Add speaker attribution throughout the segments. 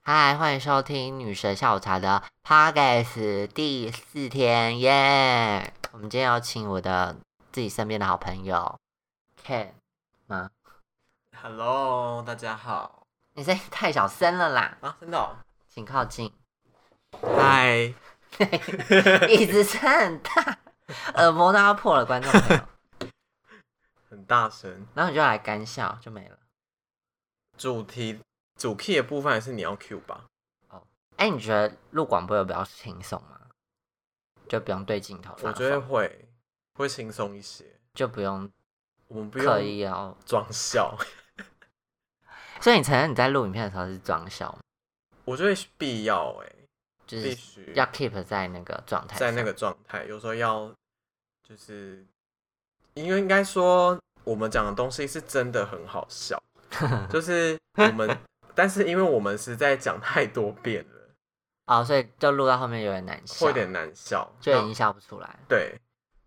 Speaker 1: 嗨，欢迎收听女神下午茶的 Podcast 第四天耶！我们今天要请我的自己身边的好朋友 Ken 吗？
Speaker 2: Hello，大家好
Speaker 1: 你声音太小声了啦，
Speaker 2: 啊，真的、哦，
Speaker 1: 请靠近，
Speaker 2: 嗨，
Speaker 1: 椅子声很大，耳膜都要破了，观众朋友。
Speaker 2: 很大声。
Speaker 1: 然后你就来干笑，就没了。
Speaker 2: 主题主 key 的部分还是你要 Q 吧？
Speaker 1: 哎，你觉得录广播有比较轻松吗？就不用对镜头
Speaker 2: 我
Speaker 1: 放
Speaker 2: 觉得
Speaker 1: 松，
Speaker 2: 会会轻松一些，
Speaker 1: 就不用
Speaker 2: 我们不
Speaker 1: 刻
Speaker 2: 用
Speaker 1: 意哦。
Speaker 2: 装笑。
Speaker 1: 所以你承认你在录影片的时候是装笑吗？
Speaker 2: 我觉得必要哎、
Speaker 1: 就
Speaker 2: 必
Speaker 1: 是
Speaker 2: 须
Speaker 1: 要 keep 在那个状态，
Speaker 2: 在那个。状态，有时候要就是，因为应该说我们讲的东西是真的很好 笑，就是我们， 但是因为我们实在讲太多遍了，
Speaker 1: 哦，所以就录到后面有点难笑，
Speaker 2: 会有点难笑，
Speaker 1: 就已经笑不出来。
Speaker 2: 对，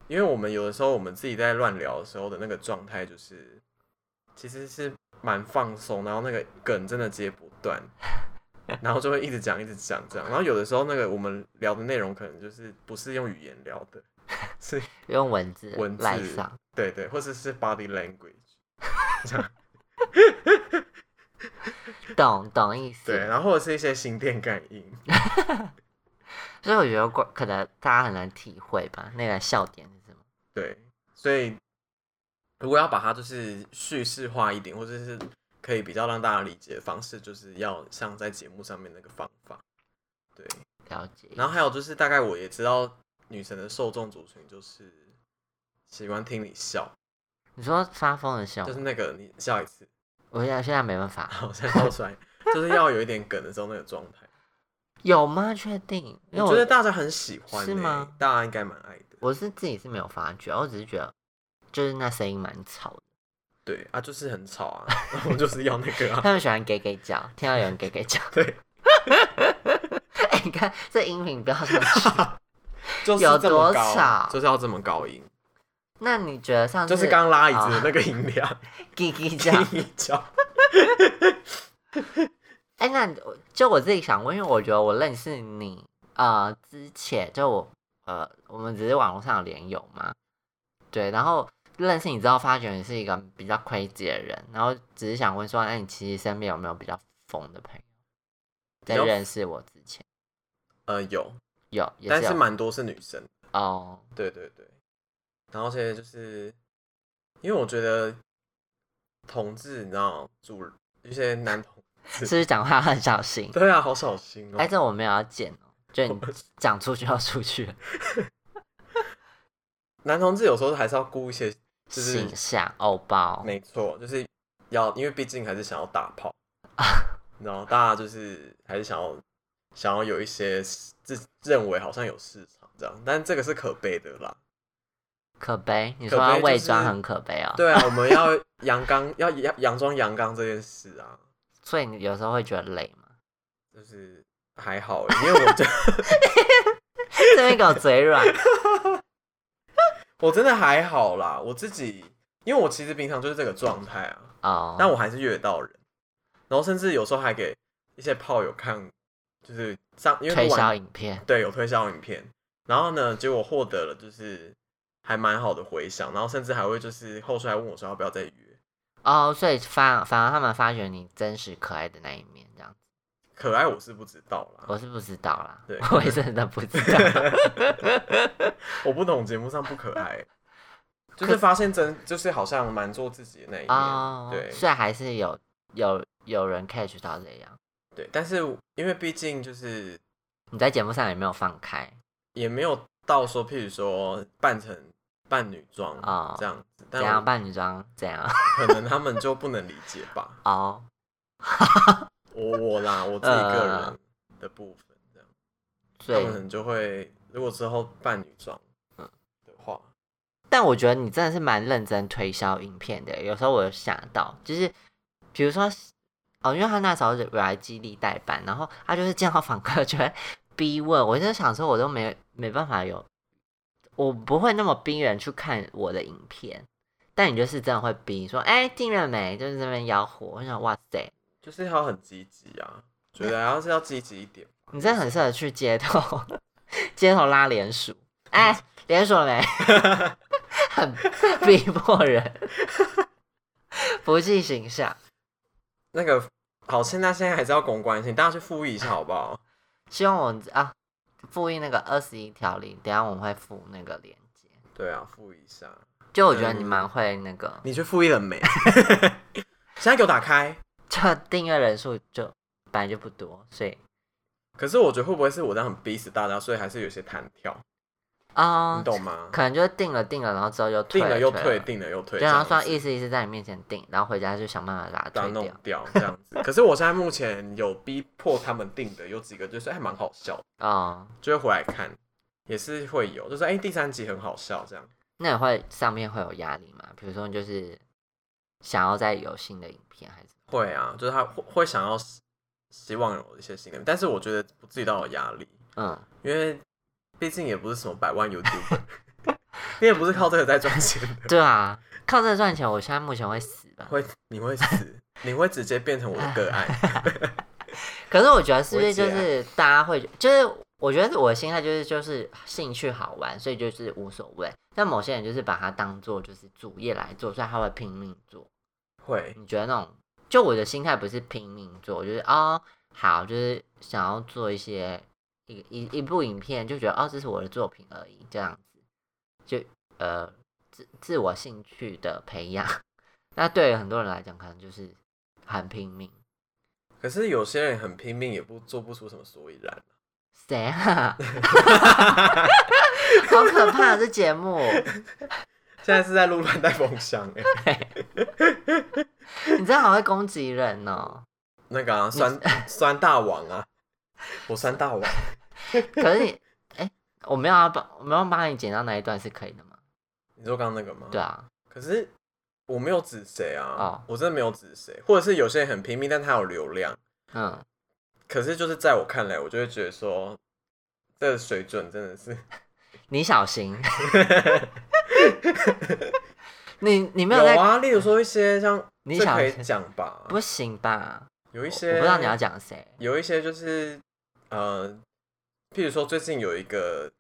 Speaker 2: 因为我们有的时候我们自己在乱聊的时候的那个状态，就是其实是蛮放松，然后那个梗真的接不断，然后就会一直讲一直讲这样。然后有的时候那个我们聊的内容可能就是不是用语言聊的，是
Speaker 1: 用文字
Speaker 2: 文字
Speaker 1: 赖上，
Speaker 2: 对对，或者是 body language，
Speaker 1: 懂懂意
Speaker 2: 对，啊
Speaker 1: 思。
Speaker 2: 然后或者是一些心电感应，
Speaker 1: 所以我觉得观可能大家很难体会吧，那个笑点是什么？
Speaker 2: 对，所以如果要把它就是叙事化一点，或者是可以比较让大家理解的方式，就是要像在节目上面那个方法，对。
Speaker 1: 了解。
Speaker 2: 然后还有就是，大概我也知道女神的受众族群就是喜欢听你笑，
Speaker 1: 你说发疯的笑吗，
Speaker 2: 就是那个你笑一次，
Speaker 1: 我现在现在没办法，
Speaker 2: 好像笑出来，就是要有一点梗的时候那个状态。
Speaker 1: 有吗？确定？因为
Speaker 2: 我
Speaker 1: 我
Speaker 2: 觉得大家很喜欢、欸，
Speaker 1: 是吗？
Speaker 2: 大家应该蛮爱的。
Speaker 1: 我是自己是没有发觉，我只是觉得就是那声音蛮吵的，
Speaker 2: 对啊，就是很吵啊，我就是要那个 啊，
Speaker 1: 他们喜欢给给叫，听到有人给给叫，
Speaker 2: 对，
Speaker 1: 哎、你看这音频标上去。
Speaker 2: 就是
Speaker 1: 有
Speaker 2: 这么
Speaker 1: 多
Speaker 2: 高啊
Speaker 1: 吵，
Speaker 2: 就是要这么高音，
Speaker 1: 那你觉得上次
Speaker 2: 就是刚拉椅子
Speaker 1: 啊
Speaker 2: 的那个音 量，
Speaker 1: 叽叽
Speaker 2: 这
Speaker 1: 叫？
Speaker 2: 一叫，
Speaker 1: 哎、那你就我自己想问，因为我觉得我认识你，呃，之前就我，呃，我们只是网络上有连友嘛，对，然后认识你之后，发觉你是一个比较 crazy 的人，然后只是想问说，那、哎你其实身边有没有比较疯的朋友？在
Speaker 2: 比较
Speaker 1: 认识我之前，
Speaker 2: 呃，有，
Speaker 1: 有，也
Speaker 2: 但
Speaker 1: 有
Speaker 2: 是蛮多是女生。
Speaker 1: 哦，
Speaker 2: 对对对，然后现在就是，因为我觉得同志，你知道，主一些男同
Speaker 1: 是
Speaker 2: 志，
Speaker 1: 不是讲话很小心？
Speaker 2: 对啊，好小心哦、
Speaker 1: 哎、这我没有要剪哦，就你讲出去要出去了，
Speaker 2: 男同志有时候还是要顾一些， 就是
Speaker 1: 形象、欧包，
Speaker 2: 没错，就是要，因为毕竟还是想要打 炮
Speaker 1: 啊
Speaker 2: 然后大家就是还是想要想要有一些自认为好像有市场这样，但这个是可悲的啦。
Speaker 1: 可悲，你
Speaker 2: 可
Speaker 1: 说他
Speaker 2: 悲就
Speaker 1: 伪装
Speaker 2: 是
Speaker 1: 很可悲哦。
Speaker 2: 对啊，我们要阳刚，要阳佯装阳刚这件事啊。
Speaker 1: 所以你有时候会觉得累吗？
Speaker 2: 就是还好欸，因为我真
Speaker 1: 这边给我嘴软，
Speaker 2: 我真的还好啦，我自己，因为我其实平常就是这个状态啊，
Speaker 1: 哦，
Speaker 2: 但我还是约得到人，然后甚至有时候还给一些炮友看，就是上因为
Speaker 1: 推
Speaker 2: 不玩
Speaker 1: 销影片，
Speaker 2: 对有推销影片，然后呢，结果获得了就是还蛮好的回响，然后甚至还会就是后续还问我说要不要再约，
Speaker 1: 哦，所以反反而他们发觉你真实可爱的那一面，这样子，
Speaker 2: 可爱我是不知道啦，
Speaker 1: 我是不知道啦
Speaker 2: 对，
Speaker 1: 我也真的不知道，
Speaker 2: 我不懂节目上不可 爱，就是发现真就是好像蛮做自己的那一面，
Speaker 1: 哦，
Speaker 2: 对，
Speaker 1: 所以还是有有有人 catch 到这样，
Speaker 2: 对，但是因为毕竟就是
Speaker 1: 你在节目上也没有放开
Speaker 2: 也没有到说，譬如说扮成扮女装
Speaker 1: 哦
Speaker 2: 这样子，
Speaker 1: 怎样
Speaker 2: 但
Speaker 1: 扮女装怎样，。
Speaker 2: 可能他们就不能理解吧
Speaker 1: 哦，
Speaker 2: 我我啦，我自己个
Speaker 1: 呃
Speaker 2: 人的部分这样，他
Speaker 1: 所
Speaker 2: 们可
Speaker 1: 以，
Speaker 2: 能就会，如果之后扮女装
Speaker 1: 嗯
Speaker 2: 的话，
Speaker 1: 但我觉得你真的是蛮认真推销影片的，有时候我有吓到，就是比如说哦，因为他那时候有来基地代班，然后他就是见到访客就会 逼问，我就想说，我都没没办法有，我不会那么逼人去看我的影片，但你就是真的会逼说，哎、进了没？就是这边吆喝，我想哇塞，
Speaker 2: 就是要很积极啊。觉
Speaker 1: 嗯
Speaker 2: 得还是要积极一点。
Speaker 1: 你真的很适合去街头， 街头拉连署。哎、
Speaker 2: 嗯
Speaker 1: 连署了没？ 很逼迫人， 不计形象。
Speaker 2: 那个好，现在现在还是要公关性，大家去复议一下好不好？
Speaker 1: 希望我们啊，复印那个二十一条例，等一下我们会附那个链接。
Speaker 2: 对啊，复议一下。
Speaker 1: 就我觉得你蛮
Speaker 2: 嗯
Speaker 1: 会那个，
Speaker 2: 你去复议了没？啊 现在给我打开。
Speaker 1: 这订阅人数就本来就不多，所以
Speaker 2: 可是我觉得会不会是我这样很逼死大家，所以还是有些弹跳，
Speaker 1: 啊、
Speaker 2: 你懂吗？
Speaker 1: 可能就是定了定了，然后之后又退
Speaker 2: 定了又
Speaker 1: 退
Speaker 2: 退，，定了又退，
Speaker 1: 对，啊然后
Speaker 2: 这
Speaker 1: 算
Speaker 2: 样子
Speaker 1: 意思意思在你面前定，然后回家就想办法把
Speaker 2: 把它
Speaker 1: 它推
Speaker 2: 弄
Speaker 1: 掉。
Speaker 2: 掉这样子。可是我现在目前有逼迫他们定的有几个，就是还蛮好笑的，
Speaker 1: 哦，
Speaker 2: 就会回来看，也是会有，就是哎、第三集很好笑这样。
Speaker 1: 那你会上面会有压力吗？比如说你就是想要再有新的影片，还是
Speaker 2: 会啊，就是他会会想要希希望有一些新的，但是我觉得不至于到有压力，
Speaker 1: 嗯，
Speaker 2: 因为毕竟也不是什么百万 YouTube，你也不是靠这个在赚钱的，
Speaker 1: 对啊，靠这赚钱，我现在目前会死吧。
Speaker 2: 会你会死，你会直接变成我的个案。
Speaker 1: 可是我觉得是不是
Speaker 2: 我
Speaker 1: 就
Speaker 2: 姐啊
Speaker 1: 是大家会，就是我觉得我的心态就是就是兴趣好玩，所以就是无所谓。但某些人就是把它当做就是主业来做，所以他会拼命做。
Speaker 2: 会，
Speaker 1: 你觉得那种？就我的心态不是拼命做，我就是哦好，就是想要做一些一一一部影片，就觉得哦这是我的作品而已，这样子就呃自自我兴趣的培养。 那对于很多人来讲，可能就是很拼命。
Speaker 2: 可是有些人很拼命，也不做不出什么所以然。
Speaker 1: 谁啊？ 好可怕！这节目，
Speaker 2: 现在是在录乱带风箱 哎、
Speaker 1: 你真的好会攻击人哦。
Speaker 2: 那个啊，酸酸大王啊，我酸大王，
Speaker 1: 可是你，哎、我没有要帮，我没有帮你剪到那一段是可以的吗？
Speaker 2: 你说刚刚那个吗？
Speaker 1: 对啊，
Speaker 2: 可是我没有指谁啊，
Speaker 1: 哦
Speaker 2: 我真的没有指谁，或者是有些人很拼命，但他有流量，
Speaker 1: 嗯，
Speaker 2: 可是就是在我看来，我就会觉得说，这个水准真的是，
Speaker 1: 你小心。 你你没有在？
Speaker 2: 有啊，例如说一些像，
Speaker 1: 你
Speaker 2: 这
Speaker 1: 想
Speaker 2: 可以讲吧，
Speaker 1: 不行吧？
Speaker 2: 有一
Speaker 1: 我
Speaker 2: 些
Speaker 1: 我不知道你要，讲谁。
Speaker 2: 有一些就是呃，譬如说最近有一个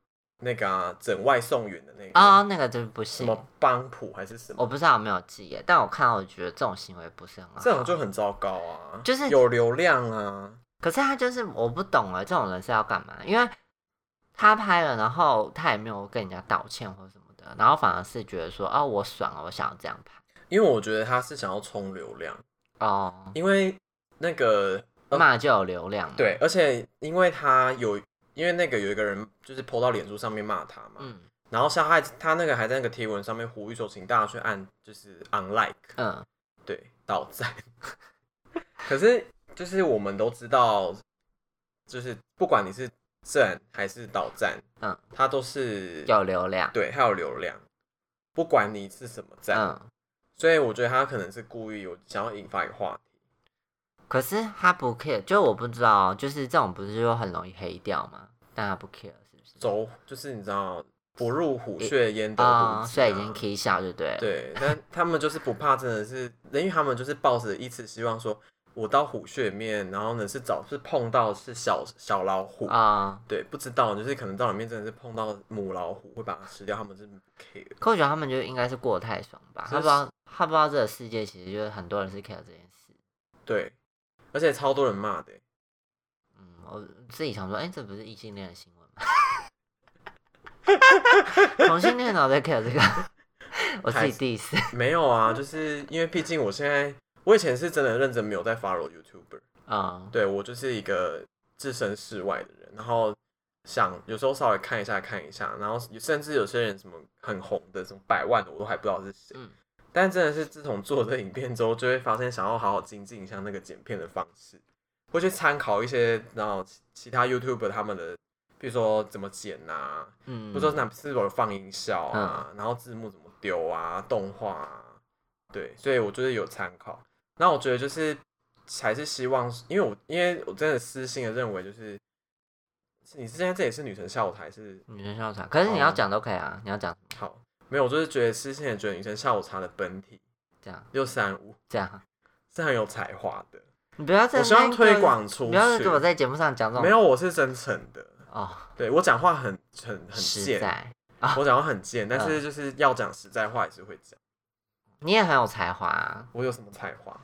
Speaker 2: 那个、啊、整外送员的那个
Speaker 1: 哦，那个真不
Speaker 2: 什
Speaker 1: 行，
Speaker 2: 么帮谱还是什
Speaker 1: 我
Speaker 2: 么，
Speaker 1: 不知道有没有记耶，但我看到我觉得这种行为不是很好。
Speaker 2: 这种就很糟糕啊，
Speaker 1: 就是
Speaker 2: 有流量啊，
Speaker 1: 可是他就是我不懂了，这种人是要干嘛？因为他拍了，然后他也没有跟人家道歉或什么的，然后反而是觉得说，哦，我爽了，我想要这样拍。
Speaker 2: 因为我觉得他是想要冲流量，
Speaker 1: 哦，
Speaker 2: 因为那个
Speaker 1: 骂就有流量嘛。，
Speaker 2: 对，而且因为他有，因为那个有一个人就是 PO 到脸书上面骂他嘛，
Speaker 1: 嗯
Speaker 2: 然后像他他那个还在那个贴文上面呼吁说，请大家去按就是 unlike，
Speaker 1: 嗯，
Speaker 2: 对，倒赞。 可是就是我们都知道，就是不管你是正还是倒赞，
Speaker 1: 嗯，
Speaker 2: 它都是
Speaker 1: 有流量。
Speaker 2: 对，它有流量，不管你是什么赞，
Speaker 1: 嗯，
Speaker 2: 所以我觉得他可能是故意有想要引发一个话题。
Speaker 1: 可是他不 care，就我不知道，就是这种不是就很容易黑掉吗？但他不 care 是不是？
Speaker 2: 走，就是你知道，不入虎穴焉得虎子、啊
Speaker 1: 哦，所以已经 k 笑就对了。，
Speaker 2: 对，但他们就是不怕，真的是，因为他们就是抱着一次希望说，我到虎穴里面，然后呢是找是碰到是小小老虎，
Speaker 1: 啊、
Speaker 2: 对，不知道就是可能到里面真的是碰到母老虎会把它吃掉，他们是不 care 的。
Speaker 1: 可我觉得他们就应该是过得太爽吧，
Speaker 2: 是
Speaker 1: 他不知道他不知道这个世界其实就是很多人是 care 这件事。
Speaker 2: 对，而且超多人骂的欸，
Speaker 1: 嗯，我自己想说，哎、这不是异性恋的新闻吗？ 同性恋脑在 care 这个，我自己 diss
Speaker 2: 没有啊，就是因为毕竟我现在，我以前是真的认真没有在 follow YouTuber，
Speaker 1: 啊、
Speaker 2: 对我就是一个置身事外的人，然后想有时候稍微看一下看一下，然后甚至有些人什么很红的，什么百万的，我都还不知道是谁。
Speaker 1: 嗯
Speaker 2: 但真的是自从做了这影片之后，就会发现想要好好精进一下那个剪片的方式，会去参考一些然后其其他 YouTuber 他们的，比如说怎么剪啊，
Speaker 1: 嗯，
Speaker 2: 不知道哪是否有放音效啊，然后字幕怎么丢啊，动画啊，对，所以我就是有参考。那我觉得就是还是希望，因为我因为我真的私信的认为，就是你是现在这也是女神下午茶是
Speaker 1: 嗯女生笑场，可是你
Speaker 2: 哦
Speaker 1: 要讲都可以啊，你要讲
Speaker 2: 好，没有，我就是觉得私信的觉得女神下午茶的本体
Speaker 1: 这样
Speaker 2: 六三五
Speaker 1: 这样，
Speaker 2: 是很有才华的，
Speaker 1: 你不要在那
Speaker 2: 我希望
Speaker 1: 边
Speaker 2: 推
Speaker 1: 跟
Speaker 2: 广出
Speaker 1: 不要再
Speaker 2: 去
Speaker 1: 给。我在节目上讲这种
Speaker 2: 没有，我是真诚的。
Speaker 1: 哦，
Speaker 2: 对我讲话很很很
Speaker 1: 实
Speaker 2: 贱，
Speaker 1: 在，嗯
Speaker 2: 我讲话很贱，但是就是要讲实在话也是会讲。
Speaker 1: 你也很有才华、啊，
Speaker 2: 我有什么才华？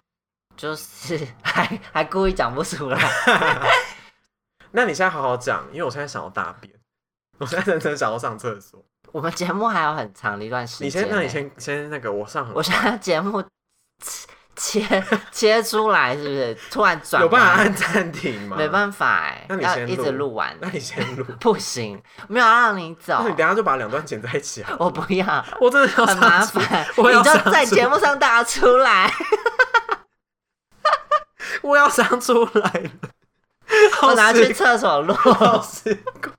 Speaker 1: 就是 还还故意讲不出来。
Speaker 2: 那你现在好好讲，因为我现在想要大便， 我现在认真想要上厕所。
Speaker 1: 我们节目还有很长的一段时间
Speaker 2: 你
Speaker 1: 欸、
Speaker 2: 先，那你先先那个，我上很
Speaker 1: 我现在节目 切切切出来是不是？突然转
Speaker 2: 有办法
Speaker 1: 弯
Speaker 2: 按暂停吗？
Speaker 1: 没办法哎、
Speaker 2: 那你
Speaker 1: 要
Speaker 2: 先
Speaker 1: 一直
Speaker 2: 录
Speaker 1: 录完，
Speaker 2: 那你先录，
Speaker 1: 不行，没有让你走
Speaker 2: 那，你等一下就把两段剪在一起啊！
Speaker 1: 我不要，
Speaker 2: 我真的要
Speaker 1: 很麻
Speaker 2: 上厕
Speaker 1: 烦，
Speaker 2: 我要
Speaker 1: 你就
Speaker 2: 上
Speaker 1: 在
Speaker 2: 厕
Speaker 1: 节目上打出来，
Speaker 2: 我要上出来了，好
Speaker 1: 我拿去
Speaker 2: 辛苦
Speaker 1: 厕所录。
Speaker 2: 好辛苦。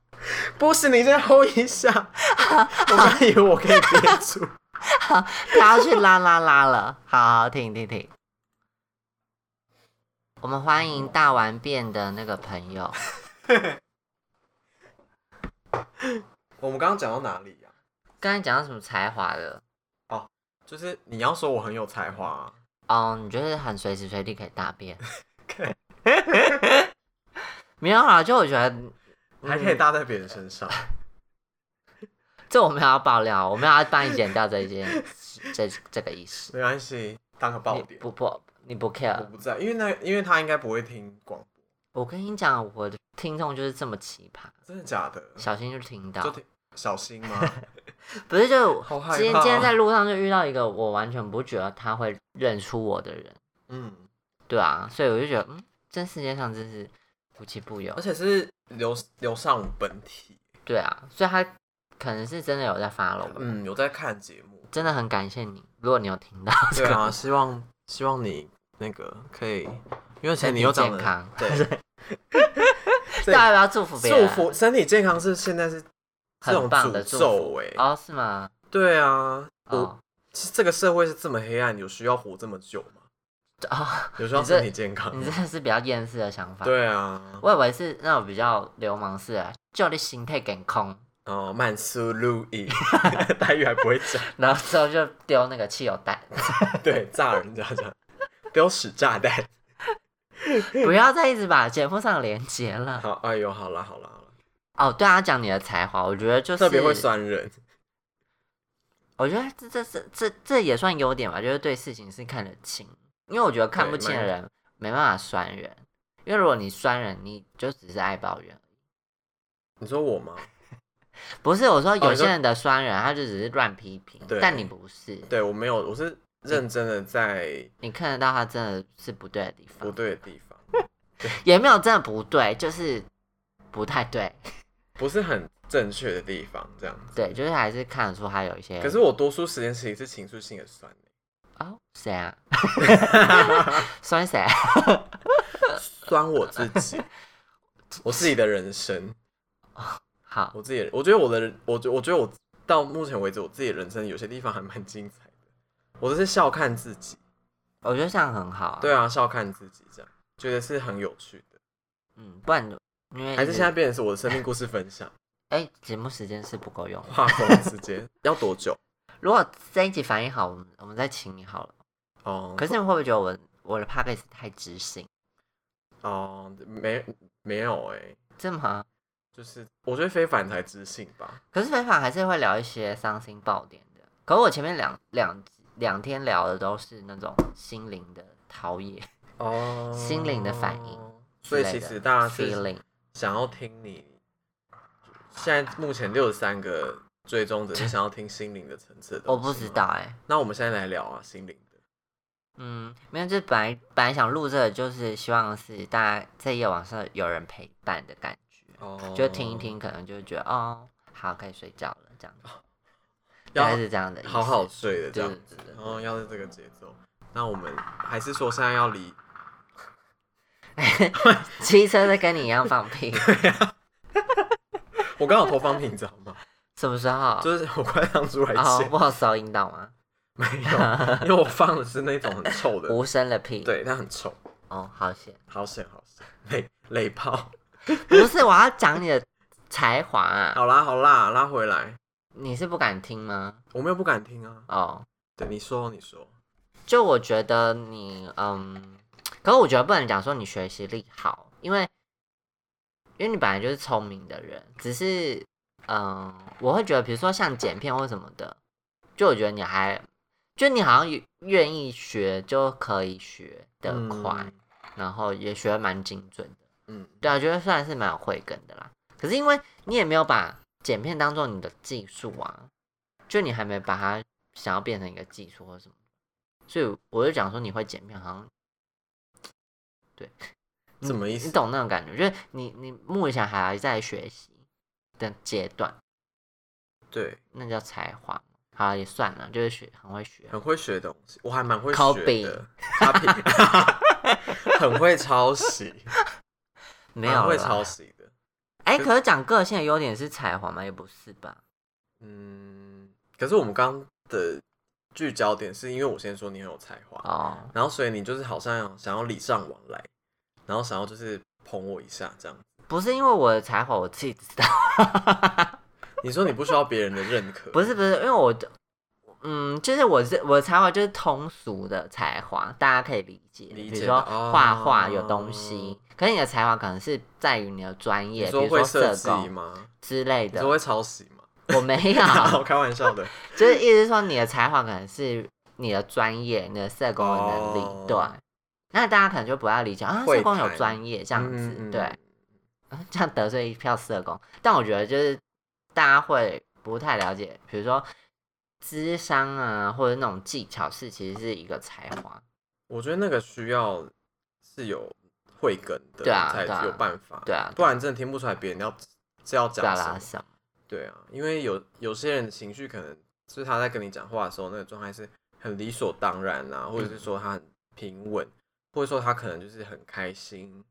Speaker 2: 不是，你先 hold 一 下，我刚以为我可以憋住。
Speaker 1: 他要去啦啦啦了。好好，停停停。我们欢迎大完变的那个朋友，
Speaker 2: 我们刚刚讲到哪里呀、啊
Speaker 1: 刚才讲到什么才华的？
Speaker 2: 就是你要说我很有才华、 啊，
Speaker 1: 哦，你就是很随时随地可以大便？没有啊，就我觉得
Speaker 2: 还
Speaker 1: 嗯
Speaker 2: 可以搭在别人身上。
Speaker 1: 这我们要爆料，我们要帮你剪掉这一件这这个意思。
Speaker 2: 没关系，当个爆
Speaker 1: 你
Speaker 2: 点。
Speaker 1: 不不，你不
Speaker 2: 我
Speaker 1: care。
Speaker 2: 不在，因为那因为他应该不会听广播，
Speaker 1: 我跟你讲，我的听众就是这么奇葩，
Speaker 2: 真的假的？
Speaker 1: 小心就听到
Speaker 2: 就。听小心吗？
Speaker 1: 不是就
Speaker 2: 好害怕哦
Speaker 1: 今天今天在路上就遇到一个我完全不觉得他会认出我的人，
Speaker 2: 嗯，
Speaker 1: 对啊，所以我就觉得，嗯，这世界上真是无奇不有
Speaker 2: 而，且是留留上我本体，
Speaker 1: 对啊，所以他可能是真的有在发了我，
Speaker 2: 嗯，有在看节目，
Speaker 1: 真的很感谢你，如果你有听到这
Speaker 2: 对
Speaker 1: 个，
Speaker 2: 啊，希望希望你那个可以，因为其实
Speaker 1: 身
Speaker 2: 你
Speaker 1: 体
Speaker 2: 又长
Speaker 1: 健
Speaker 2: 得
Speaker 1: 康，
Speaker 2: 对， 啊对
Speaker 1: 大家不要祝福别
Speaker 2: 祝
Speaker 1: 人，
Speaker 2: 福身体健康是现在是这种
Speaker 1: 很棒的祝
Speaker 2: 诅咒
Speaker 1: 福
Speaker 2: 哎、，
Speaker 1: 哦，是吗？
Speaker 2: 对啊，我
Speaker 1: 哦
Speaker 2: 其实这个社会是这么黑暗，有需要活这么久 吗？
Speaker 1: 哦，
Speaker 2: 有需要
Speaker 1: 你这
Speaker 2: 身体健康
Speaker 1: 你
Speaker 2: 吗？
Speaker 1: 真的是比较厌世的想法，
Speaker 2: 对啊，
Speaker 1: 我以为是那种比较流氓式的，就你心态健康，
Speaker 2: 哦，曼苏路 易，台语还不会讲，
Speaker 1: 然后之后就丢那个汽油弹。
Speaker 2: 对，炸人家这样，丢屎炸弹。
Speaker 1: 不要再一直把节目上连接了。
Speaker 2: 好，哎呦，好啦好啦好啦，
Speaker 1: 哦，对啊，讲你的才华，我觉得就是
Speaker 2: 特别会酸人，
Speaker 1: 我觉得这这这这这也算优点吧，就是对事情是看得清，因为我觉得看不清的人没办法酸人，因为如果你酸人，你就只是爱抱怨。
Speaker 2: 你说我吗？
Speaker 1: 不是我说，有
Speaker 2: 你说
Speaker 1: 些人的酸人，他就只是乱批评，
Speaker 2: 对
Speaker 1: 但你不是，
Speaker 2: 对我没有，我是认真的在
Speaker 1: 你看得到他真的是不对的地
Speaker 2: 不
Speaker 1: 方，
Speaker 2: 对的地方，
Speaker 1: 也没有真的不对，就是不太对，
Speaker 2: 不是很正确的地方，这样子。
Speaker 1: 对，就是还是看得出他有一些。
Speaker 2: 可是我多数时间其实是情绪性的酸、
Speaker 1: 哦，谁 啊？酸谁啊？
Speaker 2: 酸我自己， 我自己的人生，
Speaker 1: 好，
Speaker 2: 我自己的，我觉得我的人，我觉我觉得我到目前为止，我自己的人生有些地方还蛮精彩的，我都是笑看自己，
Speaker 1: 我觉得这样很好、啊。
Speaker 2: 对啊，笑看自己这样，觉得是很有趣的，
Speaker 1: 嗯，不然因为
Speaker 2: 还是
Speaker 1: 一直
Speaker 2: 现在变成是我的生命故事分享，
Speaker 1: 哎，节、目时间是不够用的。
Speaker 2: 画风时 间要多久？
Speaker 1: 如果这一集反应好，我们我们再请你好了。
Speaker 2: 哦，
Speaker 1: 可是你会不会觉得我我的 p a c k a g e 太知性？
Speaker 2: 哦，没没有哎、
Speaker 1: 真的吗？
Speaker 2: 就是我觉得非凡才知性吧，
Speaker 1: 啊可是非法还是会聊一些伤心爆点的。可是我前面两两两天聊的都是那种心灵的陶冶、
Speaker 2: 哦，
Speaker 1: 心灵的反应，
Speaker 2: 所以
Speaker 1: 之类
Speaker 2: 其
Speaker 1: 的
Speaker 2: 实大家是
Speaker 1: feeling
Speaker 2: 想要听你，现在目前六十三个追踪者是想要听心灵的层次的东
Speaker 1: 我
Speaker 2: 西吗
Speaker 1: 不知道。哎、
Speaker 2: 那我们现在来聊啊，心灵的。
Speaker 1: 嗯，没有，就本来本来想录这个，就是希望是大家在夜晚上有人陪伴的感觉。
Speaker 2: 哦
Speaker 1: 就听一。听，可能就会觉得哦，好，可以睡觉了，这样子，
Speaker 2: 哦要
Speaker 1: 大概是这样的意思。
Speaker 2: 好好 睡的这
Speaker 1: 对
Speaker 2: 样
Speaker 1: 对
Speaker 2: 子
Speaker 1: 对对，
Speaker 2: 然后要是这个节奏，那我们还是说现在要离
Speaker 1: 对，骑车在跟你一样放屁，
Speaker 2: 我刚好投放屁，你知道 吗？
Speaker 1: 什么时候？
Speaker 2: 就是我快让出来
Speaker 1: 哦
Speaker 2: 前，
Speaker 1: 我有收音到吗？
Speaker 2: 没有，因为我放的是那种很臭 的，
Speaker 1: 无声的屁。，
Speaker 2: 对，它很臭，
Speaker 1: 哦，好险。
Speaker 2: 好险好险，累累泡。
Speaker 1: 不是，我要讲你的才华啊，
Speaker 2: 好啦好啦，拉回来，
Speaker 1: 你是不敢听吗？
Speaker 2: 我们又不敢听啊。
Speaker 1: 哦，
Speaker 2: 对，你说你说，
Speaker 1: 就我觉得你，嗯，可是我觉得不能讲说你学习力好，因为因为你本来就是聪明的人，只是嗯、我会觉得比如说像剪片或什么的，就我觉得你还就你好像愿意学就可以学得快，然后也学得蛮精准的。
Speaker 2: 嗯，
Speaker 1: 对啊，觉得算是蛮有慧根的啦。可是因为你也没有把剪片当做你的技术啊，就你还没把它想要变成一个技术或什么，所以我就讲说你会剪片好像，对，
Speaker 2: 什么意
Speaker 1: 你
Speaker 2: 思？
Speaker 1: 懂那种感觉？就是你你目前还在学习的阶段，
Speaker 2: 对，
Speaker 1: 那叫才华吗。好啦也算了，就是学很会学，
Speaker 2: 很会学东西，我还蛮会
Speaker 1: ，copy
Speaker 2: 学的，copy，很 会抄袭，
Speaker 1: 没有
Speaker 2: 蛮会
Speaker 1: 啦
Speaker 2: 抄袭的。
Speaker 1: 哎、
Speaker 2: 就
Speaker 1: 可是讲个性的优点是才华吗？也不是吧？
Speaker 2: 嗯，可是我们刚刚的聚焦点是因为我先说你很有才华，
Speaker 1: 哦，
Speaker 2: 然后所以你就是好像想要礼尚往来，然后想要就是捧我一下这样。
Speaker 1: 不是因为我的才华，我自己知道。
Speaker 2: 你说你不需要别人的认可，
Speaker 1: 不是不是，因为我的，嗯，就是我是我的才华就是通俗的才华，大家可以理解。比
Speaker 2: 理
Speaker 1: 如
Speaker 2: 解的
Speaker 1: 说
Speaker 2: 哦
Speaker 1: 画画有东西，可是你的才华可能是在于你的专
Speaker 2: 你
Speaker 1: 业，比
Speaker 2: 说
Speaker 1: 如
Speaker 2: 会
Speaker 1: 社
Speaker 2: 设计
Speaker 1: 工
Speaker 2: 吗？
Speaker 1: 之类
Speaker 2: 你
Speaker 1: 的啊
Speaker 2: 说。会啊抄袭 吗？
Speaker 1: 我没
Speaker 2: 我
Speaker 1: 有，
Speaker 2: 开 玩笑的。
Speaker 1: 就是意思是说你的才华可能是你的专业，你的社工的能力，
Speaker 2: 哦
Speaker 1: 对。那大家可能就不要理解啊，
Speaker 2: 会
Speaker 1: 社工有
Speaker 2: 谈
Speaker 1: 专业这样子，
Speaker 2: 嗯
Speaker 1: 对。 这样得罪一票社工。但我觉得就是大家会不太了解，比如说智商啊，或者那种技巧是其实是一个才华。
Speaker 2: 我觉得那个需要是有慧根的，
Speaker 1: 对啊
Speaker 2: 才
Speaker 1: 对啊
Speaker 2: 有办法，
Speaker 1: 对啊
Speaker 2: 不然真的听不出来别人要啊是要
Speaker 1: 对啊
Speaker 2: 讲
Speaker 1: 啦
Speaker 2: 什
Speaker 1: 啦
Speaker 2: 么。
Speaker 1: 什么？
Speaker 2: 对啊，因为有有些人情绪可能就是他在跟你讲话的时候，那个状态是很理所当然啊，或者是说他很平稳，或者说他可能就是很开心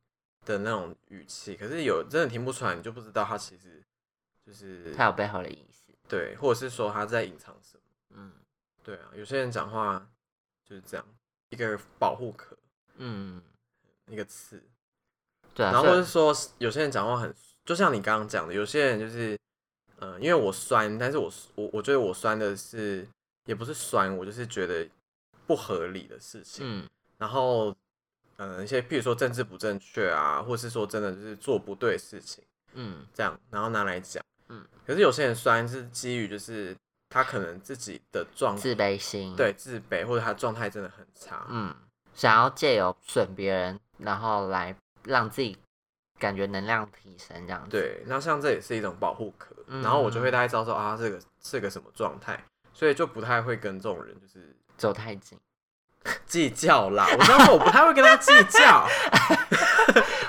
Speaker 2: 的那种语气，可是有真的听不出来，你就不知道他其实就是
Speaker 1: 它有背后的意思。
Speaker 2: 对，或者是说他在隐藏什么。
Speaker 1: 嗯
Speaker 2: 对啊，有些人讲话就是这样，一个保护壳，
Speaker 1: 嗯，
Speaker 2: 一个刺。
Speaker 1: 对啊。
Speaker 2: 然后或
Speaker 1: 所
Speaker 2: 者
Speaker 1: 以
Speaker 2: 说有些人讲话很，就像你刚刚讲的，有些人就是，嗯、因为我酸，但是我我我觉得我酸的是也不是酸，我就是觉得不合理的事情。
Speaker 1: 嗯
Speaker 2: 然后，嗯、一些譬如说政治不正确啊，或是说真的就是做不对的事情
Speaker 1: 嗯
Speaker 2: 这样，然后拿来讲。
Speaker 1: 嗯，
Speaker 2: 可是有些人酸是基于就是他可能自己的状
Speaker 1: 自卑心。。
Speaker 2: 对自卑，或者他状态真的很差。
Speaker 1: 嗯，想要借由损别人，然后来让自己感觉能量提升这样子。。
Speaker 2: 对，那像这也是一种保护壳，
Speaker 1: 嗯
Speaker 2: 然后我就会大概知道说啊，这个是个什么状态，所以就不太会跟这种人就是
Speaker 1: 走太近。
Speaker 2: 计较啦。我当时我不太会跟他计 较，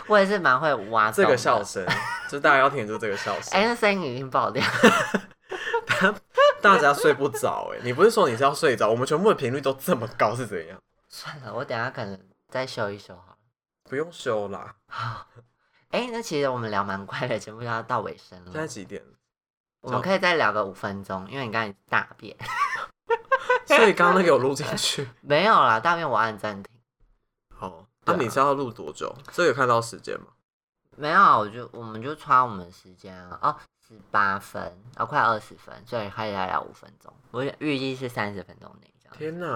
Speaker 1: 我也是蛮会挖
Speaker 2: 这
Speaker 1: 洞
Speaker 2: 个
Speaker 1: 的
Speaker 2: 笑。声，就大家要听住这个笑声，
Speaker 1: 哎、那声音已经爆掉。
Speaker 2: 大家睡不着哎、你不是说你是要睡着？我们全部的频率都这么高是怎样？
Speaker 1: 算了，我等一下可能再修一修好了。
Speaker 2: 不用修啦，
Speaker 1: 好， 哎，那其实我们聊蛮快的，节目要到尾声
Speaker 2: 现在
Speaker 1: 了，
Speaker 2: 几点了？
Speaker 1: 我们可以再聊个五分钟，因为你刚才大便
Speaker 2: 所以刚刚那个有录进去。
Speaker 1: 没有啦，大便我按暂停，
Speaker 2: 好，那、
Speaker 1: 对啊
Speaker 2: 你是要录多久？这个有看到时间吗？
Speaker 1: 没有啊，我就我们就穿我们的时间啊，哦，十八分，哦，快二十分，所以可以再聊五分钟，我预计是三十分钟内这样。
Speaker 2: 天哪，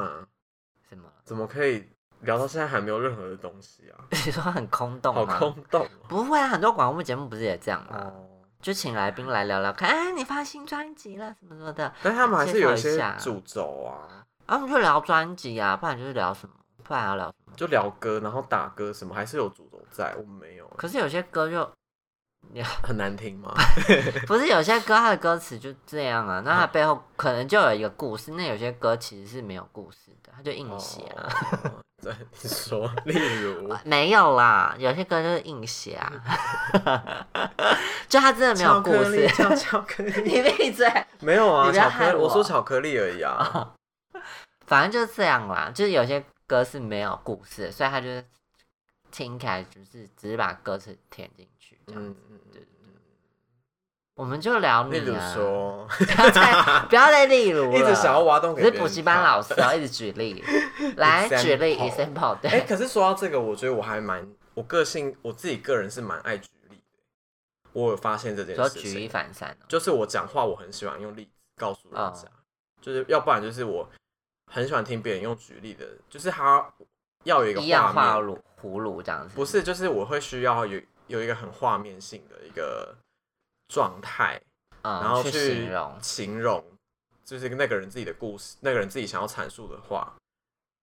Speaker 1: 什么？
Speaker 2: 怎么可以聊到现在还没有任何的东西啊？
Speaker 1: 你说很空洞
Speaker 2: 好
Speaker 1: 吗？
Speaker 2: 空洞哦。
Speaker 1: 不会啊，很多广播节目不是也这样吗？
Speaker 2: 哦
Speaker 1: 就请来宾来聊聊看，哎，你发新专辑了什么什么的，
Speaker 2: 但他们还是有一
Speaker 1: 介
Speaker 2: 些
Speaker 1: 绍一下
Speaker 2: 主轴啊，
Speaker 1: 啊，我们就聊专辑啊，不然就是聊什么，不然要聊什么。
Speaker 2: 就聊歌，然后打歌什么，还是有主轴在。我们没有，
Speaker 1: 可是有些歌就
Speaker 2: 很难听 吗？
Speaker 1: 不是有些歌它的歌词就这样啊，那它背后可能就有一个故事。那有些歌其实是没有故事的，它就硬写啊。
Speaker 2: 哦。对，你说，例 如
Speaker 1: 没有啦，有些歌就是硬写啊， 就它真的没有
Speaker 2: 巧
Speaker 1: 故
Speaker 2: 克力，
Speaker 1: 事。
Speaker 2: 巧巧克 力，
Speaker 1: 你闭嘴，
Speaker 2: 没有
Speaker 1: 你
Speaker 2: 啊，
Speaker 1: 不要
Speaker 2: 巧
Speaker 1: 害
Speaker 2: 克力，
Speaker 1: 我
Speaker 2: 我说巧克力而 已啊。
Speaker 1: 反正就是这样啦。就是有些歌是没有故事的，所以它就是听起来就是只是把歌词填进去这样。
Speaker 2: 嗯嗯
Speaker 1: 对对我们就聊你
Speaker 2: 例如
Speaker 1: 啊，
Speaker 2: 说，
Speaker 1: 不要再不要再例如
Speaker 2: 一直
Speaker 1: 了
Speaker 2: 想要挖洞给
Speaker 1: 可是
Speaker 2: 别人
Speaker 1: 补习班
Speaker 2: 跳
Speaker 1: 老师哦，一直举 例，来
Speaker 2: Example
Speaker 1: 举例 example，
Speaker 2: 哎、
Speaker 1: 对，
Speaker 2: 可是说到这个，我觉得我还蛮，我个性我自己个人是蛮爱举例的。我有发现这件
Speaker 1: 主要
Speaker 2: 事
Speaker 1: 举
Speaker 2: 情
Speaker 1: 一，反三哦。
Speaker 2: 就是我讲话我很喜欢用例子告诉人家，
Speaker 1: 哦
Speaker 2: 就是要不然就是我很喜欢听别人用举例的，就是他要有一个
Speaker 1: 一样画
Speaker 2: 画面，
Speaker 1: 葫葫芦这样子，
Speaker 2: 不是，就是我会需要有有一个很画面性的一个状态，
Speaker 1: 嗯，
Speaker 2: 然后
Speaker 1: 去
Speaker 2: 去
Speaker 1: 形容，
Speaker 2: 形容就是那个人自己的故事，那个人自己想要阐述的话，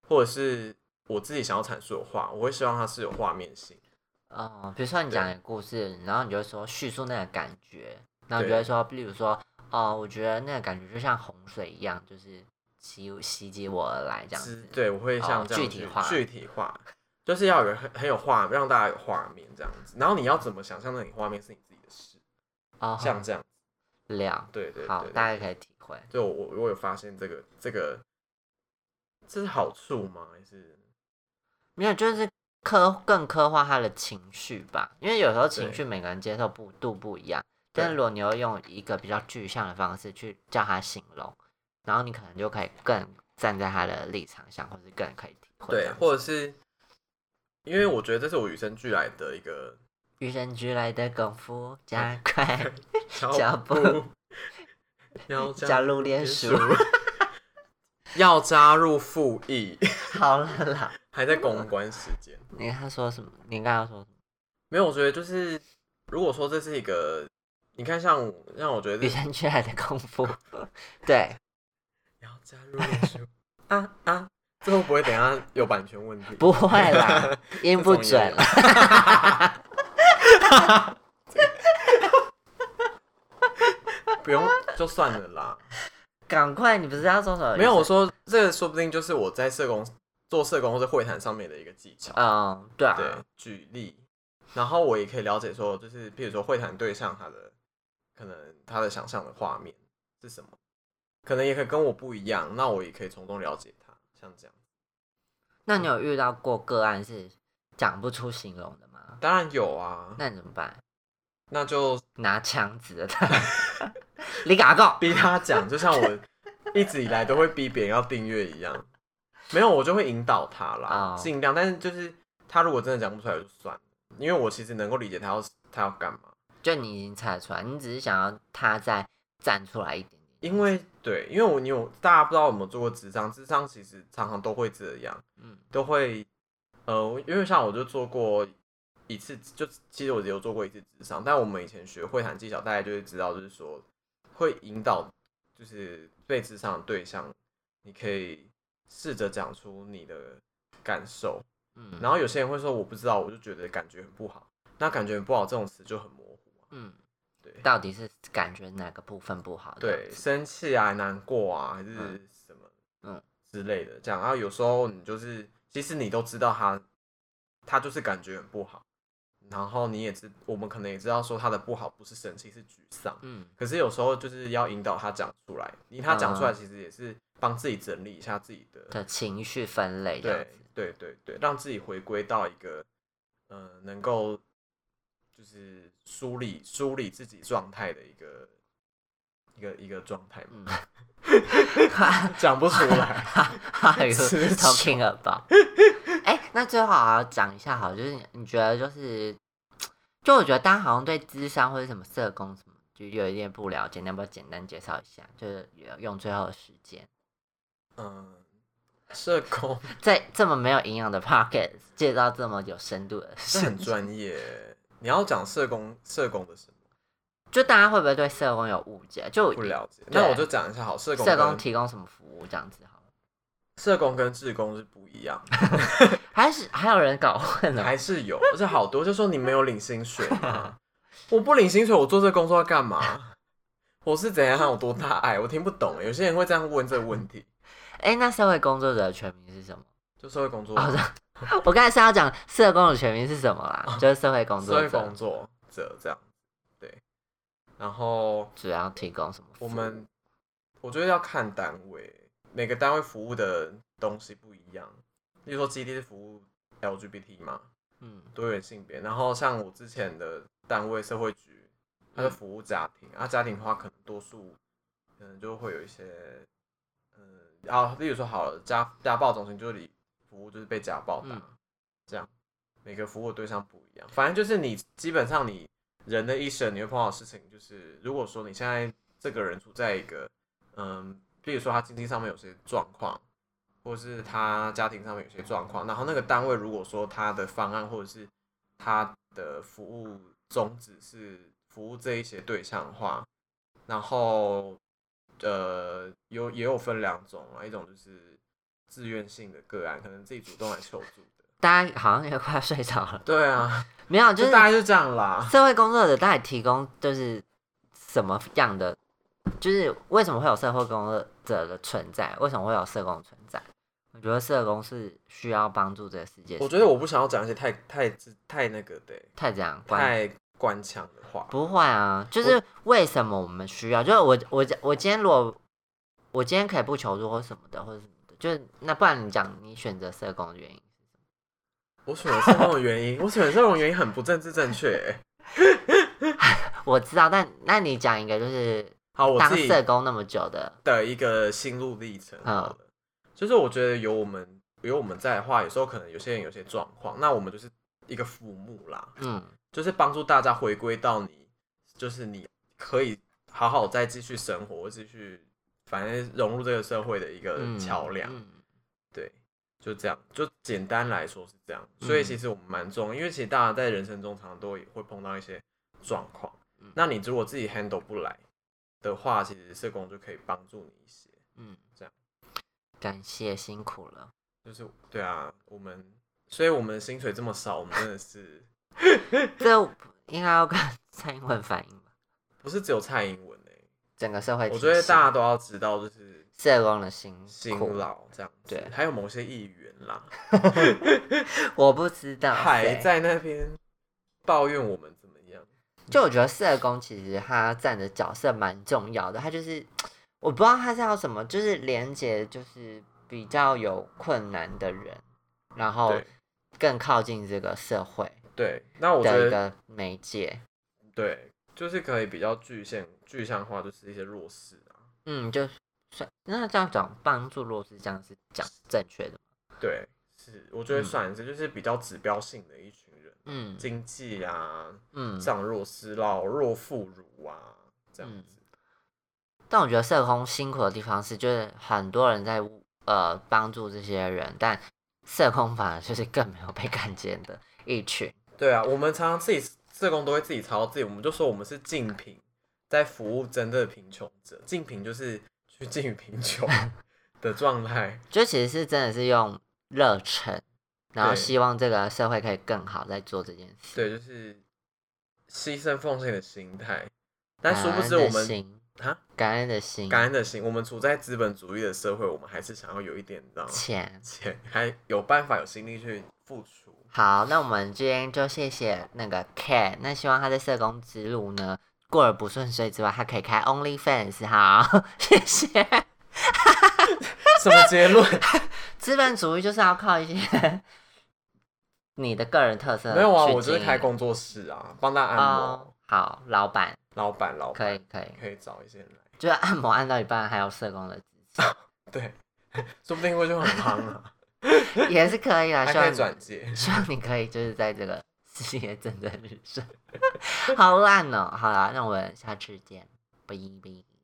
Speaker 2: 或者是我自己想要阐述的话，我会希望它是有画面性。
Speaker 1: 嗯，比如说你讲一个故事，然后你就说叙述那个感觉，然后你就
Speaker 2: 对
Speaker 1: 会说，例如说，哦、我觉得那个感觉就像洪水一样，就是袭袭击我而来这样
Speaker 2: 之
Speaker 1: 子。
Speaker 2: 对，我会像
Speaker 1: 哦
Speaker 2: 这样
Speaker 1: 具体化
Speaker 2: 具体化，就是要有很很有画，让大家有画面这样子。然后你要怎么想象那你画面是你自己的事，
Speaker 1: 哦，
Speaker 2: 像这样，
Speaker 1: 了，
Speaker 2: 对对
Speaker 1: 好，
Speaker 2: 对对。
Speaker 1: 大家可以体会。
Speaker 2: 就我我我有发现这个这个，这是好处吗？还是
Speaker 1: 没有，就是刻更刻画他的情绪吧，因为有时候情
Speaker 2: 对
Speaker 1: 绪每个人接受不度不一样，但
Speaker 2: 对
Speaker 1: 是如果你要用一个比较具象的方式去叫他形容，然后你可能就可以更站在他的立场上，或是更可以体会这
Speaker 2: 对
Speaker 1: 样，子。
Speaker 2: 或者是因为我觉得这是我与生俱来的一个
Speaker 1: 与生俱来的功夫加 快，
Speaker 2: 脚
Speaker 1: 脚
Speaker 2: 步，要
Speaker 1: 加入练
Speaker 2: 属
Speaker 1: 书，
Speaker 2: 要加入复议，
Speaker 1: 好了啦。
Speaker 2: 还在公关时间。
Speaker 1: 你看他说什么？你刚刚说什么？
Speaker 2: 没有，我觉得就是如果说这是一个，你看像让我觉得
Speaker 1: 与生俱来的功夫， 对，
Speaker 2: 要加入脸书啊啊，最后不会等一下有版权问题？
Speaker 1: 不会 啦，音不准啦。
Speaker 2: 不用就算了啦。
Speaker 1: 赶快，你不是要说什么？
Speaker 2: 没有，我，说这个说不定就是我在社工做社工或者会谈上面的一个技巧。
Speaker 1: 嗯，对啊，
Speaker 2: 对，举例，然后我也可以了解说，就是譬如说会谈对象他的可能他的想象的画面是什么，可能也可以跟我不一样，那我也可以从中了解他，像这样。
Speaker 1: 那
Speaker 2: 嗯
Speaker 1: 你有遇到过个案是讲不出形容的吗？
Speaker 2: 当然有啊，那
Speaker 1: 那你怎么办？
Speaker 2: 那就
Speaker 1: 拿枪指着 他，你敢告？
Speaker 2: 逼他讲，就像我一直以来都会逼别人要订阅一样。没有，我就会引导他啦，
Speaker 1: 哦
Speaker 2: 尽、量。但是就是他如果真的讲不出来，我就算了，因为我其实能够理解他要他要干嘛。
Speaker 1: 就你已经猜出来，你只是想要他再站出来一点点。
Speaker 2: 因为对，因为我你有大家不知道有没有做过智商，智商其实常常都会这样，
Speaker 1: 嗯
Speaker 2: 都会呃，因为像我就做过一次，就其实我只有做过一次智商，但我们以前学会谈技巧，大家就会知道，就是说会引导，就是被智商的对象，你可以试着讲出你的感受，
Speaker 1: 嗯，
Speaker 2: 然后有些人会说我不知道，我就觉得感觉很不好，那感觉很不好这种词就很模糊啊、
Speaker 1: 嗯，
Speaker 2: 对
Speaker 1: 到底是感觉哪个部分不好？
Speaker 2: 对，，生气啊、难过啊，还是
Speaker 1: 嗯
Speaker 2: 什么，
Speaker 1: 嗯
Speaker 2: 之类的，这样。然后有时候你就是，其实你都知道他，他就是感觉很不好，然后你也知，我们可能也知道说他的不好不是生气，是沮丧。
Speaker 1: 嗯，
Speaker 2: 可是有时候就是要引导他讲出来，因为他讲出来
Speaker 1: 嗯
Speaker 2: 其实也是帮自己整理一下自己的，
Speaker 1: 的情绪分类这样
Speaker 2: 对
Speaker 1: 子。
Speaker 2: 对对对，让自己回归到一个，呃，能够就是梳理梳理自己状态的一个一个一个状态嘛。
Speaker 1: 嗯，
Speaker 2: 讲不出来。
Speaker 1: 哈语
Speaker 2: 吃
Speaker 1: talking about。哎、那最后好好讲一下好了，就是你你觉得就是，就我觉得大家好像对智商或者什么社工什么就有一点不了解，你要不要简单介绍一下？就是用最后的时间，
Speaker 2: 嗯，社 工
Speaker 1: 在这么没有营养的 pocket 介绍这么有深度的
Speaker 2: 是
Speaker 1: 事
Speaker 2: 很
Speaker 1: 情，
Speaker 2: 专业。你要讲社工，社工的什么
Speaker 1: 就大家会不会对社工有误解？就
Speaker 2: 不了解？
Speaker 1: 对
Speaker 2: 那我就讲一下好，社工
Speaker 1: 社工
Speaker 2: 跟
Speaker 1: 提供什么服务这样子好了，
Speaker 2: 社工跟志工是不一 样，
Speaker 1: 还是还有人搞混了？
Speaker 2: 还是有，而且好多就说你没有领薪水 吗？我不领薪水，我做这工作要干嘛？我是怎样？有多大爱？我听不懂。欸有些人会这样问这个问题，
Speaker 1: 哎、那社会工作者的全名是什么？
Speaker 2: 就社会工作、
Speaker 1: 哦 我刚才是要讲社工的全名是什么啦，就是社会工
Speaker 2: 哦社
Speaker 1: 作
Speaker 2: 会
Speaker 1: 者
Speaker 2: 工作者这样，对。然后
Speaker 1: 主要提供什么服务？
Speaker 2: 我们我觉得要看单位，每个单位服务的东西不一样。例如说基地是服务 LGBT 嘛，
Speaker 1: 嗯
Speaker 2: 多元性别。然后像我之前的单位社会局，它是服务家庭，啊，家庭的话可能多数可能就会有一些，嗯，啊，例如说好了，家家暴中心就是里服务就是被家暴打，
Speaker 1: 嗯
Speaker 2: 这样每个服务对象不一样。反正就是你基本上你人的一生你会碰到的事情，就是如果说你现在这个人处在一个，嗯，比如说他经济上面有些状况，或是他家庭上面有些状况，然后那个单位如果说他的方案或者是他的服务宗旨是服务这一些对象的话，然后呃有也有分两种啊，一种就是自愿性的个案，可能自己主动来求助的。
Speaker 1: 大家好像也快要睡着了，
Speaker 2: 对 啊，
Speaker 1: 没有，就
Speaker 2: 就是大概就这样啦。
Speaker 1: 社会工作者到底提供就是什么样的？就是为什么会有社会工作者的存在？为什么会有社工存在？我觉得社工是需要帮助这个世界。
Speaker 2: 我觉得我不想要讲一些太太太那个的、
Speaker 1: 太这样关
Speaker 2: 太官腔的话。
Speaker 1: 不会啊，就是为什么我们需要？就是我我我今天如果我今天可以不求助或什么的，或者什么的，就是那不然你讲你选择社工的原因，
Speaker 2: 我选这种原因，我选这种原因很不政治正确、欸。
Speaker 1: 我知道，但那你讲一个就是
Speaker 2: 好，我
Speaker 1: 当
Speaker 2: 自 己
Speaker 1: 社工那么久的，
Speaker 2: 的一个心路历程。
Speaker 1: 嗯
Speaker 2: 好了，就是我觉得有我们有我们在的话，有时候可能有些人有些状况，那我们就是一个父母啦，
Speaker 1: 嗯
Speaker 2: 就是帮助大家回归到你，就是你可以好好再继续生活，继续反正融入这个社会的一个
Speaker 1: 嗯，
Speaker 2: 桥梁。
Speaker 1: 嗯
Speaker 2: 对，就这样，就简单来说是这样。所以
Speaker 1: 嗯
Speaker 2: 其实我们蛮重要，因为其实大家在人生中常常都也会碰到一些状况
Speaker 1: 嗯。
Speaker 2: 那你如果自己 handle 不来的话，其实社工就可以帮助你一些。
Speaker 1: 嗯，
Speaker 2: 这样
Speaker 1: 感谢辛苦了。
Speaker 2: 就是对啊，我们所以我们薪水这么少，我们真的是
Speaker 1: 这应该要跟 蔡英文反映吧？
Speaker 2: 不是只有蔡英文哎、
Speaker 1: 整个社会体
Speaker 2: 我
Speaker 1: 系，
Speaker 2: 觉得大家都要知道，就是
Speaker 1: 社工的辛
Speaker 2: 辛
Speaker 1: 苦，
Speaker 2: 劳这样子。
Speaker 1: 对
Speaker 2: 还有某些议员啦，
Speaker 1: 我不知道
Speaker 2: 还
Speaker 1: 谁。
Speaker 2: 在那边抱怨我们怎么样。
Speaker 1: 就我觉得社工其实他站的角色蛮重要的，他就是我不知道他是要什么，就是连接就是比较有困难的人，然后
Speaker 2: 对
Speaker 1: 更靠近这个社会
Speaker 2: 对，那我觉
Speaker 1: 的一
Speaker 2: 得
Speaker 1: 个媒介。
Speaker 2: 对，就是可以比较具现具象化，就是一些弱势啊。
Speaker 1: 嗯，就算那这样讲帮助弱势，这样是讲正确的吗。
Speaker 2: 对，是我觉得
Speaker 1: 嗯
Speaker 2: 算是、就是比较指标性的一群人，
Speaker 1: 嗯
Speaker 2: 经济啊，
Speaker 1: 嗯，
Speaker 2: 像弱势老弱妇孺啊这样
Speaker 1: 嗯
Speaker 2: 子。
Speaker 1: 但我觉得社工辛苦的地方是，就是很多人在呃帮助这些人，但社工反而就是更没有被 看见的一群。
Speaker 2: 对啊，我们常常自己社工都会自己操自己，我们就说我们是竞品，在服务真的贫穷者。竞品就是趋近于 贫穷的状态。
Speaker 1: 就其实是真的是用热忱，然后
Speaker 2: 对
Speaker 1: 希望这个社会可以更好在做这件事。
Speaker 2: 对，就是牺牲奉献的心态。但殊不
Speaker 1: 感
Speaker 2: 知
Speaker 1: 恩
Speaker 2: 我
Speaker 1: 的
Speaker 2: 们
Speaker 1: 心，
Speaker 2: 啊，
Speaker 1: 感恩的心，
Speaker 2: 感恩的心，我们处在资本主义的社会，我们还是想要有一点，你知道吗？
Speaker 1: 钱。
Speaker 2: 钱还有办法有心力去付出。
Speaker 1: 好，那我们今天就谢谢那个 Cat，那希望他在社工之路呢过得不顺遂之外，他可以开 OnlyFans。好，谢谢。
Speaker 2: 什么结 论？
Speaker 1: 资本主义就是要靠一些你的个人特色去经营。
Speaker 2: 没有啊，我就是开工作室啊，帮他按摩，
Speaker 1: 哦。好，老板
Speaker 2: 老板老板
Speaker 1: 可以可以，
Speaker 2: 可以找一些人来，
Speaker 1: 就是按摩按到一半还有社工的支
Speaker 2: 对， 说不定会就很夯啊，
Speaker 1: 持， 也是可以啊。
Speaker 2: 还
Speaker 1: 希
Speaker 2: 可
Speaker 1: 望
Speaker 2: 以
Speaker 1: 你
Speaker 2: 转 接。
Speaker 1: 希望你可以就是在这个事业 蒸蒸日上。好烂哦、好啦，那我们下次见，拜拜。